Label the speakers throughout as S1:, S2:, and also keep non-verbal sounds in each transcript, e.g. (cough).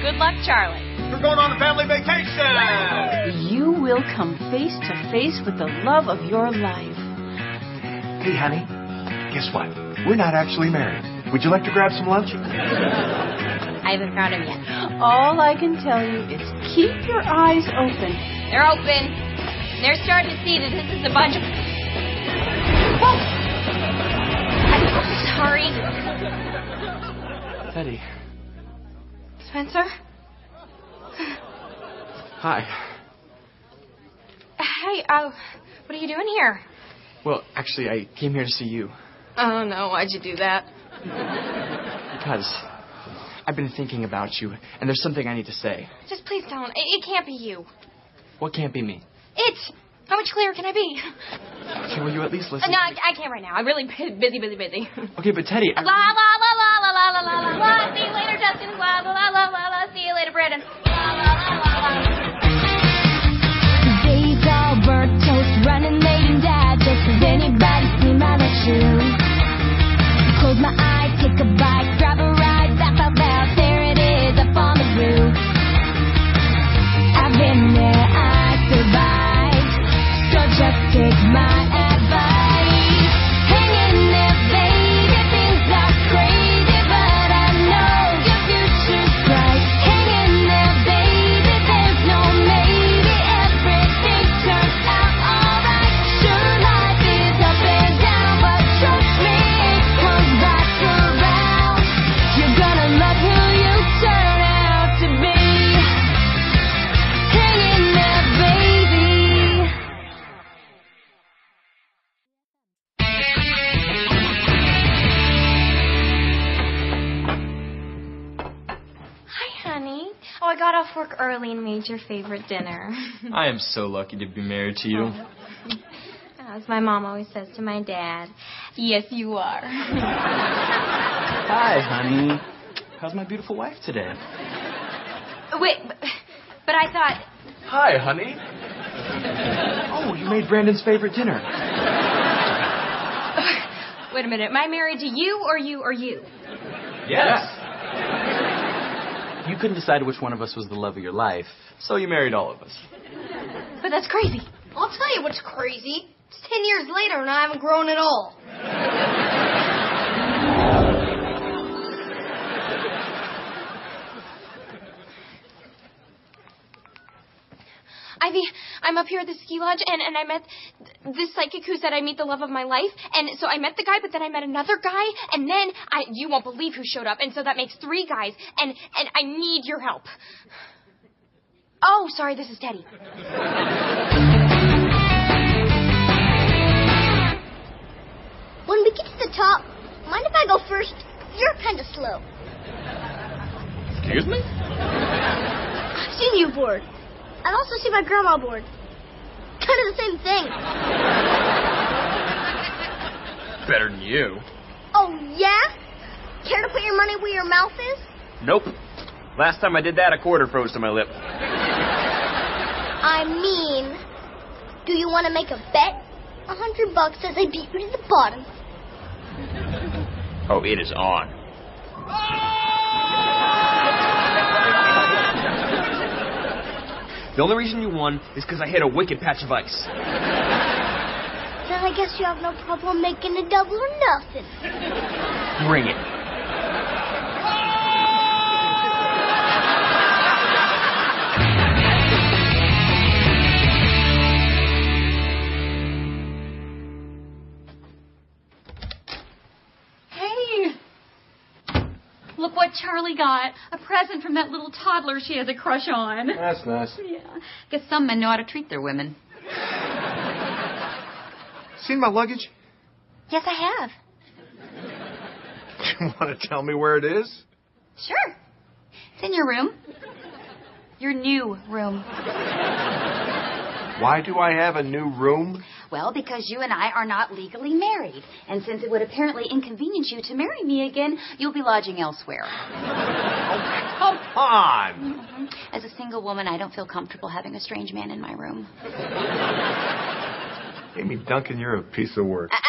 S1: Good luck, Charlie.
S2: We're going on a family vacation.
S3: You will come face to face with the love of your life.
S2: Hey, honey, guess what? We're not actually married. Would you like to grab some lunch?
S1: I haven't found him yet.
S3: All I can tell you is keep your eyes open.
S1: They're open. They're starting to see that this is a bunch of. Whoa! I'm so sorry.
S2: Eddie,
S1: Spencer?
S2: hi.
S1: Hey, uh, what are you doing here?
S2: Well, actually, I came here to see you
S1: Oh, no, why'd you do that?
S2: because I've been thinking about you, and there's something I need to say.
S1: Just please don't. It, it can't be you.
S2: What can't be me?
S1: It! How much clearer can I be?
S2: Okay, will you at least
S1: Uh,
S2: listen?
S1: (laughs) no, I, I can't right now. I'm really bu- busy, busy, busy.
S2: Okay, but Teddy,
S1: La la
S2: I,
S1: la la la la la la la la. See you later, Justin. La la la la la la. See you later, Brandon. La la la la la.
S4: Days all burnt toast, running late and dad. Just has anybody seen my left shoe? Close my eyes, take a bite, grab a ride, laugh out loud. There it is, up on the roof. I've been there, I survived. So just take my advice. Hang in there, baby. Things are crazy, but I know your future's bright. Hang in there, baby. There's no maybe. Everything turns out alright. Sure, life is up and down, but trust me, it comes back around. You're gonna love who you turn out to be. Hang in there, baby.
S1: Hi, honey. Oh, I got off work early and made your favorite dinner.
S2: (laughs) I am so lucky to be married to you.
S1: (laughs) As my mom always says to my dad, yes, you are. (laughs)
S2: Hi, honey. How's my beautiful wife today?
S1: Wait, but, but I thought,
S2: Hi, honey. Oh, you made Brandon's favorite dinner.
S1: (laughs) wait a minute, am I married to you or you or you?
S2: Yes.
S5: You couldn't decide which one of us was the love of your life.
S2: So you married all of us.
S1: But that's crazy.
S6: I'll tell you what's crazy. It's ten years later and I haven't grown at all.
S1: Ivy, I'm up here at the ski lodge and, and I met th- this psychic who said I meet the love of my life. And so I met the guy, but then I met another guy. And then I, you won't believe who showed up. And so that makes three guys. And, and I need your help. Oh, sorry, this is Teddy.
S6: When we get to the top, mind if I go first? You're kind of slow.
S5: Excuse me?
S6: I've seen you board. I've also seen my grandma board. Kind of the same thing.
S5: Better than you.
S6: Oh, yeah? Care to put your money where your mouth is?
S5: Nope. Last time I did that, a quarter froze to my lip.
S6: I mean, do you want to make a bet? A hundred bucks says I beat you to the bottom.
S5: Oh, it is on.
S2: The only reason you won is because I hit a wicked patch of ice.
S6: Then I guess you have no problem making a double or nothing.
S2: Bring it.
S7: Hey! Look what Charlie got. A present from that little toddler she has a crush on.
S2: That's nice.
S7: Yeah. Guess some men know how to treat their women.
S2: Seen my luggage? (laughs)
S1: Yes, I have.
S2: You want to tell me where it is?
S7: Sure. It's in your room. Your new room.
S2: Why do I have a new room?
S7: Well, because you and I are not legally married. And since it would apparently inconvenience you to marry me again, you'll be lodging elsewhere.
S2: Come on.
S7: As a single woman, I don't feel comfortable having a strange man in my room.
S2: Amy Duncan, you're a piece of work.
S8: Uh-uh.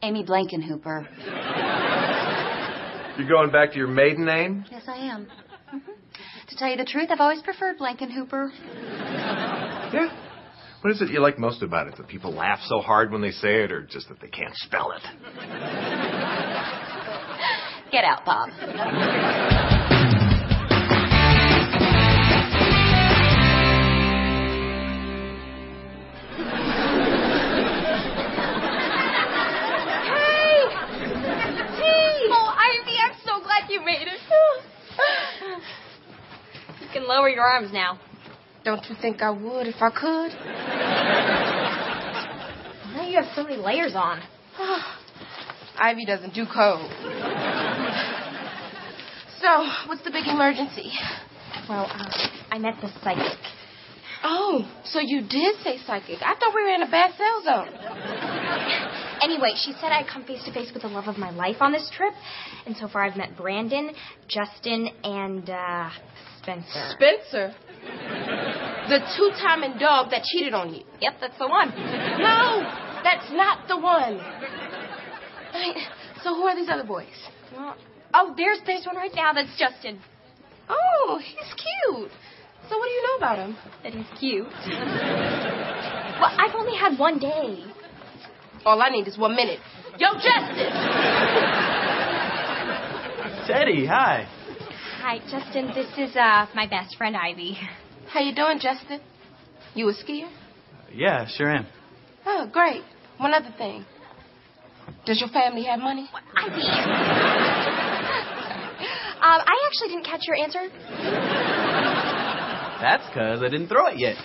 S7: Amy Blankenhooper.
S2: You're going back to your maiden name?
S7: Yes, I am. Mm-hmm.
S9: tell you the truth, I've always preferred Blankenhooper.
S10: Yeah. What is it you like most about it? That people laugh so hard when they say it, or just that they can't spell it?
S9: Get out, Bob.
S1: Oh, Ivy, I'm so glad you made it. you can lower your arms now.
S8: Don't you think I would if I could?
S1: Now you have so many layers on.
S8: Ivy doesn't do code. so, what's the big emergency?
S1: Well, um, I met the psychic.
S8: Oh, so you did say psychic. I thought we were in a bad sale zone.
S1: Anyway, she said I come face to face with the love of my life on this trip, and so far I've met Brandon, Justin, and uh, Spencer.
S8: Spencer, the two timing dog that cheated on you.
S1: yep, that's the one.
S8: No, that's not the one. I- So, who are these other boys?
S1: Well, oh, there's there's one right now. That's Justin.
S8: Oh, he's cute. So, what do you know about him?
S1: That is cute. well, I've only had one day.
S8: All I need is one minute. Yo, Justice!
S6: Teddy, hi.
S1: Hi, Justin. This is uh my best friend Ivy.
S8: How you doing, Justin? You a skier?
S6: Yeah, sure am.
S8: Oh, great. One other thing. Does your family have money?
S1: Ivy. um, I actually didn't catch your answer.
S6: That's because I didn't throw it yet.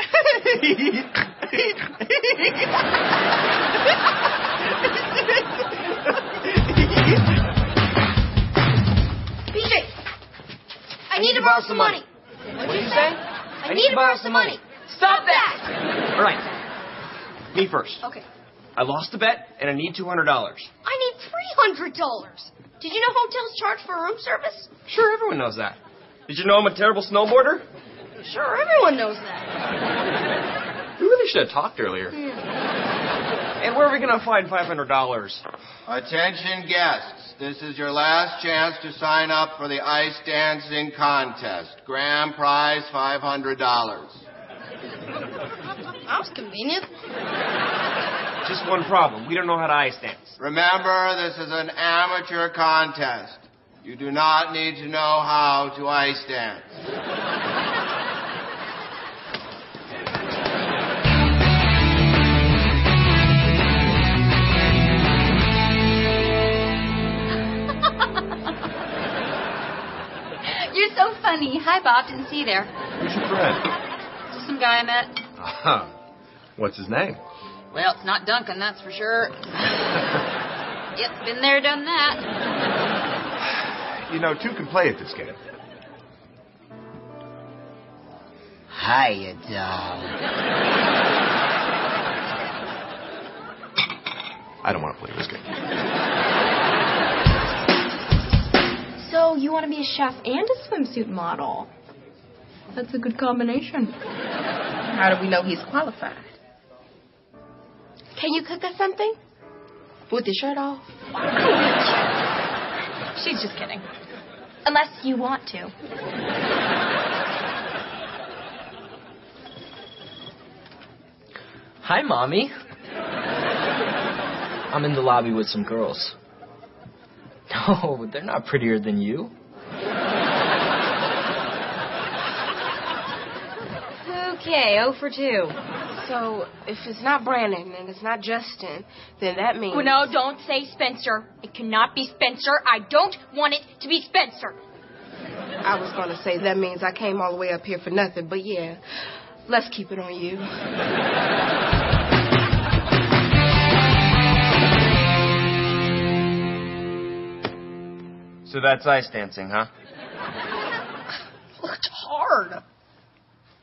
S8: PJ, I need to borrow some money. What'd you say? I need to borrow some money. Stop that!
S2: All right. Me first.
S8: Okay.
S2: I lost the bet, and I need $200.
S11: I need three hundred dollars. Did you know hotels charge for room service?
S2: Sure, everyone knows that. Did you know I'm a terrible snowboarder?
S11: Sure, everyone knows that.
S2: We really should have talked earlier.
S10: Hmm.
S2: And where are we going to find $500?
S12: Attention guests, this is your last chance to sign up for the ice dancing contest. Grand prize $500.
S11: That was convenient.
S2: Just one problem. We don't know how to ice dance.
S12: Remember, this is an amateur contest. You do not need to know how to ice dance.
S9: You're so funny. Hi, Bob. Didn't see you there.
S10: Who's your friend?
S9: Just some guy I met.
S10: Uh-huh. What's his name?
S9: Well, it's not Duncan, that's
S10: (laughs)
S9: for sure. yep, been there, done that.
S10: You know, two can play at this game.
S12: Hiya, doll.
S10: I don't want to play this game.
S1: So you want to be a chef and a swimsuit model? That's a good combination.
S8: How do we know he's qualified? Can you cook us something? With your shirt off?
S1: She's just kidding. Unless you want to.
S13: Hi, Mommy. I'm in the lobby with some girls. No, they're not prettier than you.
S9: Okay, 0 for 2.
S8: So, if it's not Brandon and it's not Justin, then that means.
S1: Well, Oh, no, don't say Spencer. It cannot be Spencer. I don't want it to be Spencer.
S8: I was going to say that means I came all the way up here for nothing, but yeah, let's keep it on you.
S2: So that's ice dancing, huh?
S11: Looked hard. Maybe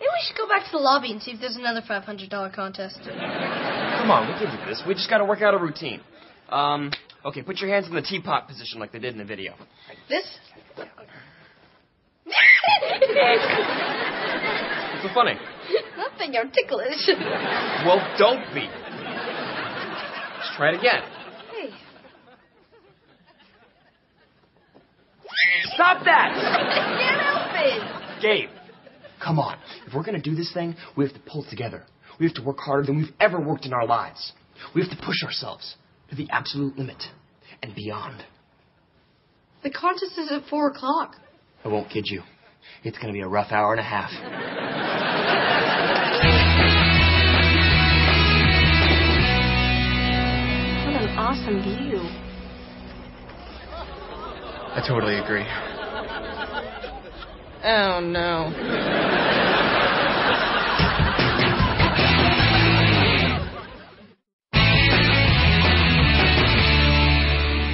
S11: we should go back to the lobby and see if there's another five hundred dollar contest.
S2: Come on, we can do this. We just got to work out a routine. Um, okay, put your hands in the teapot position like they did in the video.
S11: This
S2: It's so funny.
S11: nothing are
S8: (laughs)
S11: ticklish.
S2: Well, don't be. Let's try it again.
S11: hey.
S2: Stop that!
S11: Can't help it.
S2: Gabe, Come on. If we're going to do this thing, we have to pull together. We have to work harder than we've ever worked in our lives. We have to push ourselves to the absolute limit and beyond.
S8: The contest is at four o'clock.
S2: I won't kid you. It's going to be a rough hour and a half.
S3: What an awesome view.
S2: I totally agree.
S3: Oh, no.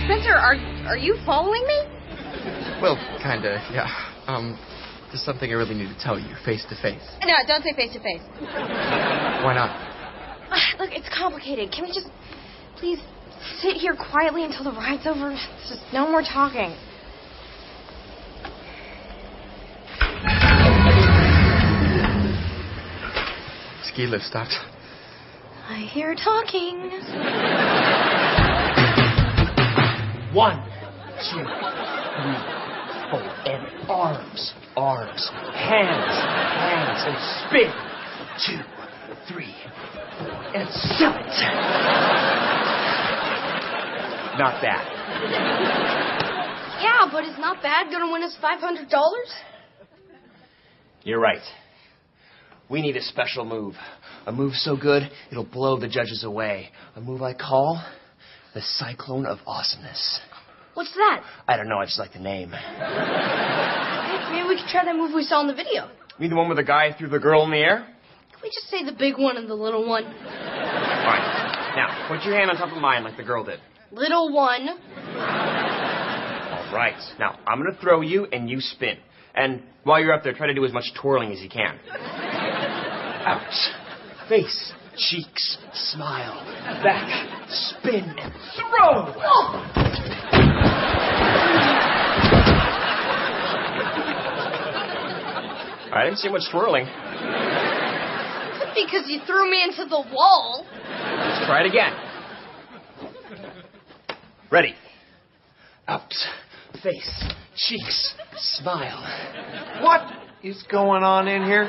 S8: Spencer, are are you following me?
S13: Well, kinda, yeah. Um, there's something I really need to tell you, face to face.
S8: No, don't say face to face.
S13: (laughs) Why not?
S1: Look, it's complicated. Can we just please sit here quietly until the ride's over? It's just no more talking.
S13: Ski lift stopped.
S1: I hear talking.
S2: One, two, three, four, and arms, arms, hands, hands, and spin. Two, three, four, and seven. Not bad.
S8: Yeah, but is not bad gonna win us five hundred dollars?
S5: You're right. We need a special move. A move so good, it'll blow the judges away. A move I call the Cyclone of Awesomeness.
S8: What's that?
S5: I don't know, I just like the name. You
S8: Maybe we could try that move we saw in the video.
S5: mean the one where the guy threw the girl in the air?
S8: Can we just say the big one and the little one?
S5: Fine. Now, put your hand on top of mine like the girl did.
S8: Little one.
S5: All right. Now, I'm going to throw you and you spin. And while you're up there, try to do as much twirling as you can. Ouch. Face, cheeks, smile, back, spin, and throw! I didn't see much twirling.
S8: Because you threw me into the wall.
S5: Let's try it again. Ready. Out. Face. Cheeks. Smile. What is going on in here?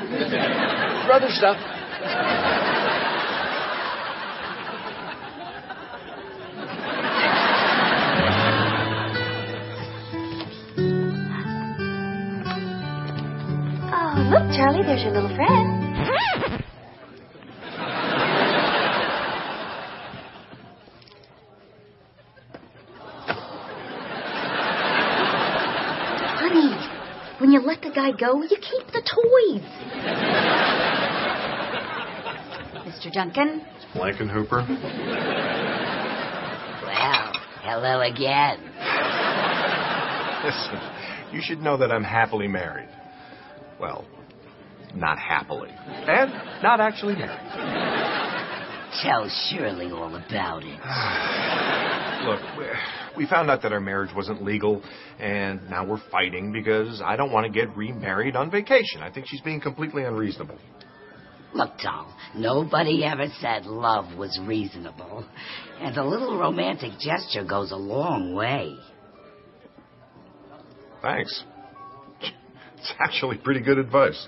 S5: Brother stuff.
S7: Oh, look, Charlie, there's your little friend. Honey, when you let the guy go, you keep the toys. Mr. Duncan?
S14: Blankenhooper?
S7: Well, hello again.
S14: Listen, you should know that I'm happily married. Well, not happily. And not actually married.
S15: Tell Shirley all about it.
S14: Look, we- we found out that our marriage wasn't legal, and now we're fighting because I don't want to get remarried on vacation. I think she's being completely unreasonable.
S15: Look, doll, nobody ever said love was reasonable. And a little romantic gesture goes a long way.
S14: Thanks. It's actually pretty good advice.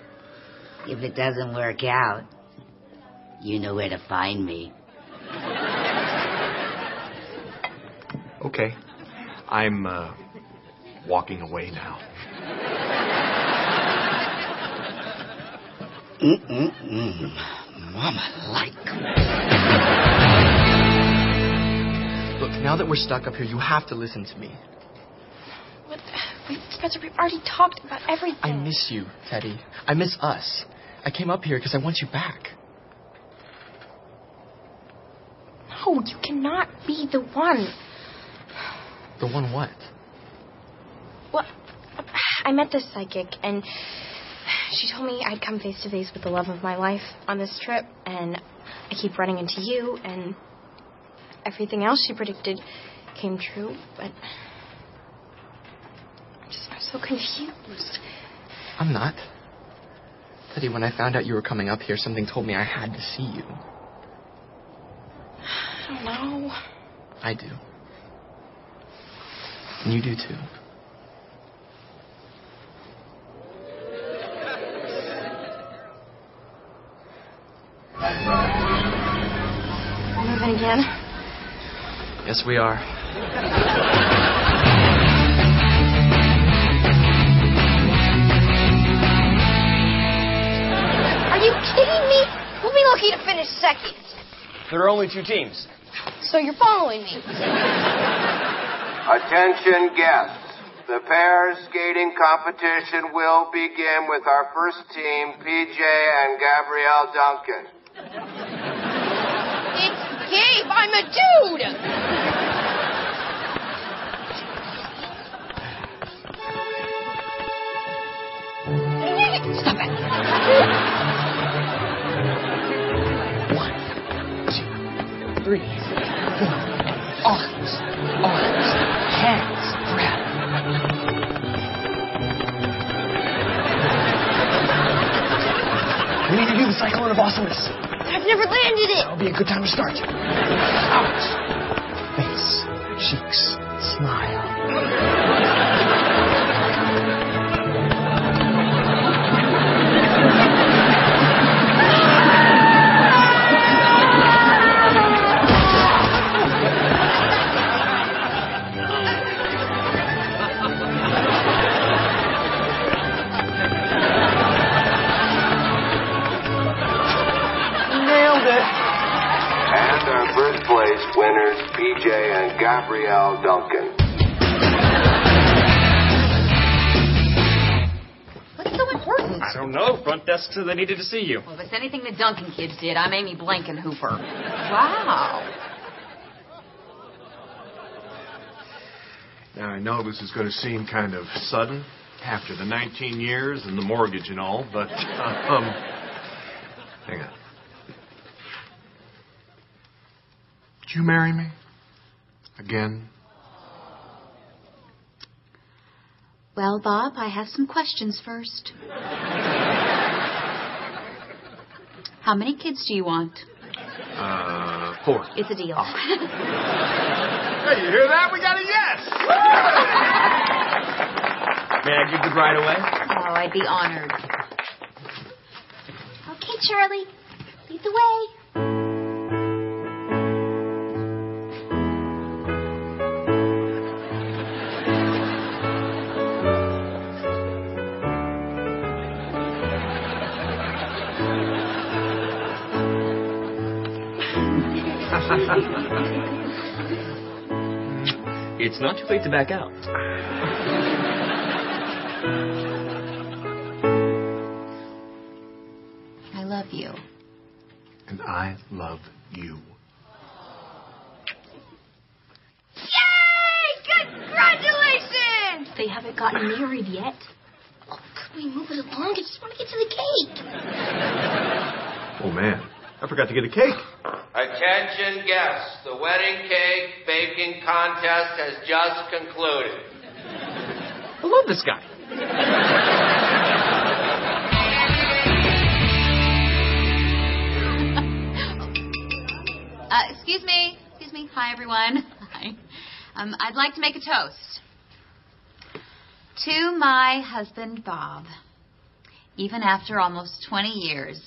S15: If it doesn't work out, you know where to find me.
S14: Okay. I'm uh, walking away now.
S15: Mm-mm-mm. Mama
S13: Look, now that we're stuck up here, you have to listen to me.
S1: What the, wait, Spencer, we've already talked about everything.
S13: I miss you, Teddy. I miss us. I came up here because I want you back.
S1: No, Oh, you cannot be the one.
S13: The one what?
S1: Well, I met this psychic, and she told me I'd come face to face with the love of my life on this trip, and I keep running into you, and everything else she predicted came true, but I'm just I'm so confused.
S13: I'm not. Teddy, when I found out you were coming up here, something told me I had to see you.
S1: I don't know.
S13: I do. And you do too.
S1: man.
S13: Yes, we are.
S8: Are you kidding me? We'll be lucky to finish second.
S5: There are only two teams.
S8: So you're following me.
S12: Attention guests. The pair skating competition will begin with our first team, PJ and Gabrielle Duncan.
S8: It's Gabe. I'm a dude.
S4: Stop it.
S2: Three. Arms. Arms. Hands. Grab. We need to do the cyclone of awesomeness.
S8: I've never landed it.
S2: That'll be a good time to start. Out. Face. Cheeks. Smile.
S12: Nailed it. And our first place winners, PJ and Gabrielle Duncan.
S9: What's so important?
S16: I don't know. Front desk said they needed to see you.
S9: Well, if it's anything the Duncan kids did, I'm Amy Blankenhooper. Wow.
S14: Now, I know this is going to seem kind of sudden after the 19 years and the mortgage and all, but (laughs) um, hang on. Would you marry me again?
S7: Well, Bob, I have some questions first. How many kids do you want?
S14: Uh, four.
S7: It's a deal.
S14: (laughs) Hey, you hear that? We got a yes.
S5: May I give the bride away?
S7: Oh, I'd be honored.
S6: Okay, Charlie. Lead the way.
S16: It's not too late to back out.
S7: I love you.
S14: And I love you.
S8: Yay! Congratulations!
S7: They haven't gotten married yet.
S6: Could we Oh, move it along? I just want to get to the cake.
S14: Oh, man. I forgot to get a cake.
S12: Attention guests, the wedding cake baking contest has just concluded.
S16: I love this guy.
S9: Uh, excuse me. Excuse me. Hi, everyone. (laughs) Hi. Um, I'd like to make a toast. To my husband, Bob. Even after almost 20 years,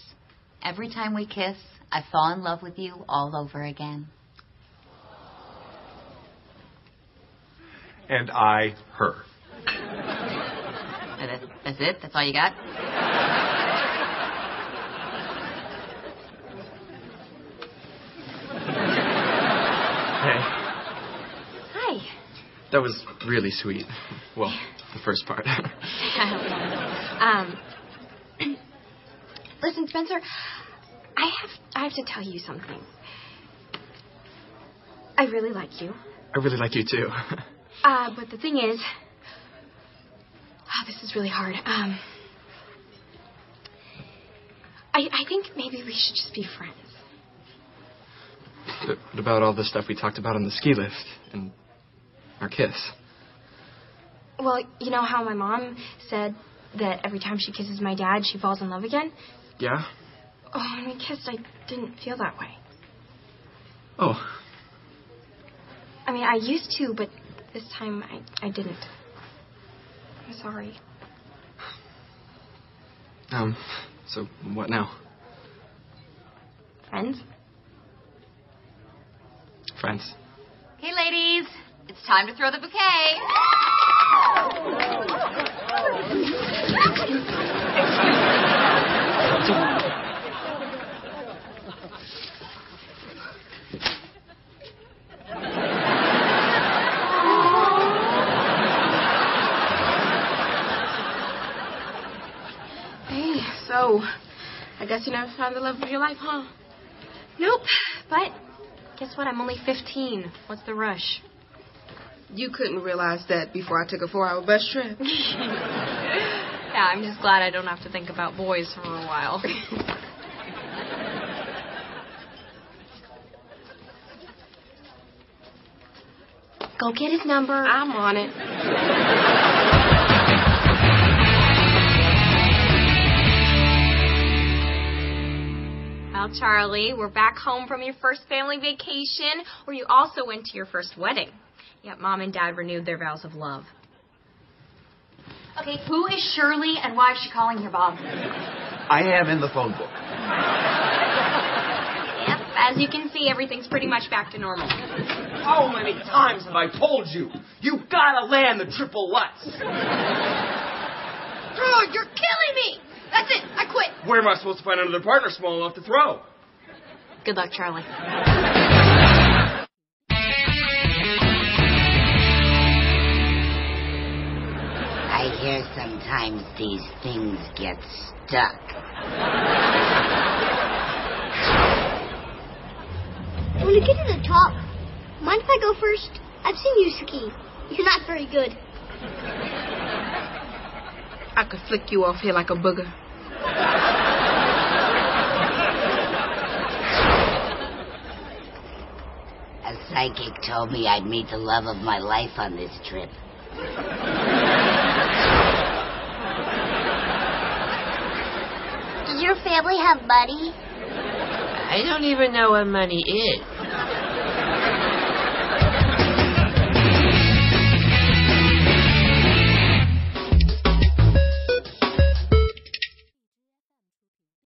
S9: every time we kiss, I fall in love with you all over again.
S14: And I, her.
S9: That- That's it? That's all you got?
S13: Hey,
S1: (laughs)
S9: Hi.
S13: that was really sweet. Well, the first part. (laughs)
S1: um, (clears throat) listen, Spencer, I have I have to tell you something. I really like you,
S13: I really like you
S14: (laughs)
S13: too.
S1: uh, but the thing is, ah, this is really hard. Um, I I think maybe we should just be friends.
S13: But what about all the stuff we talked about on the ski lift and our kiss?
S1: Well, you know how my mom said that every time she kisses my dad, she falls in love again.
S13: Yeah?
S1: Oh, when we kissed, I didn't feel that way.
S13: Oh,
S1: I mean, I used to, but this time I, I didn't. I'm sorry.
S13: um, so what now?
S1: Friends?
S17: sense.
S18: Okay, ladies, it's time to throw the bouquet.
S1: Hey, so I guess you never found the love of your life, huh? Nope. But guess what? I'm only 15. What's the rush?
S8: You couldn't realize that before I took a four hour bus trip.
S1: Yeah, I'm just glad I don't have to think about boys for a while. (laughs) Go get his number. I'm on it.
S19: Well, Charlie, we're back home from your first family vacation, where you also went to your first wedding. Yep, mom and dad renewed their vows of love.
S9: Okay, who is Shirley and why is she calling here, Bob?
S13: I am in the phone book.
S19: Yep, as you can see, everything's pretty much back to normal.
S20: How many times have I told you? You gotta land the triple Lutz.
S21: Bro, you're killing me! That's it, I quit.
S2: Where am I supposed to find another partner small enough to throw?
S1: Good luck, Charlie.
S15: I hear sometimes these things get stuck.
S6: When you get to the top, mind if I go first? I've seen you ski. You're not very good.
S8: I could flick you off here like a booger.
S15: A psychic told me I'd meet the love of my life on this trip.
S6: Does your family have money?
S22: I don't even know what money is.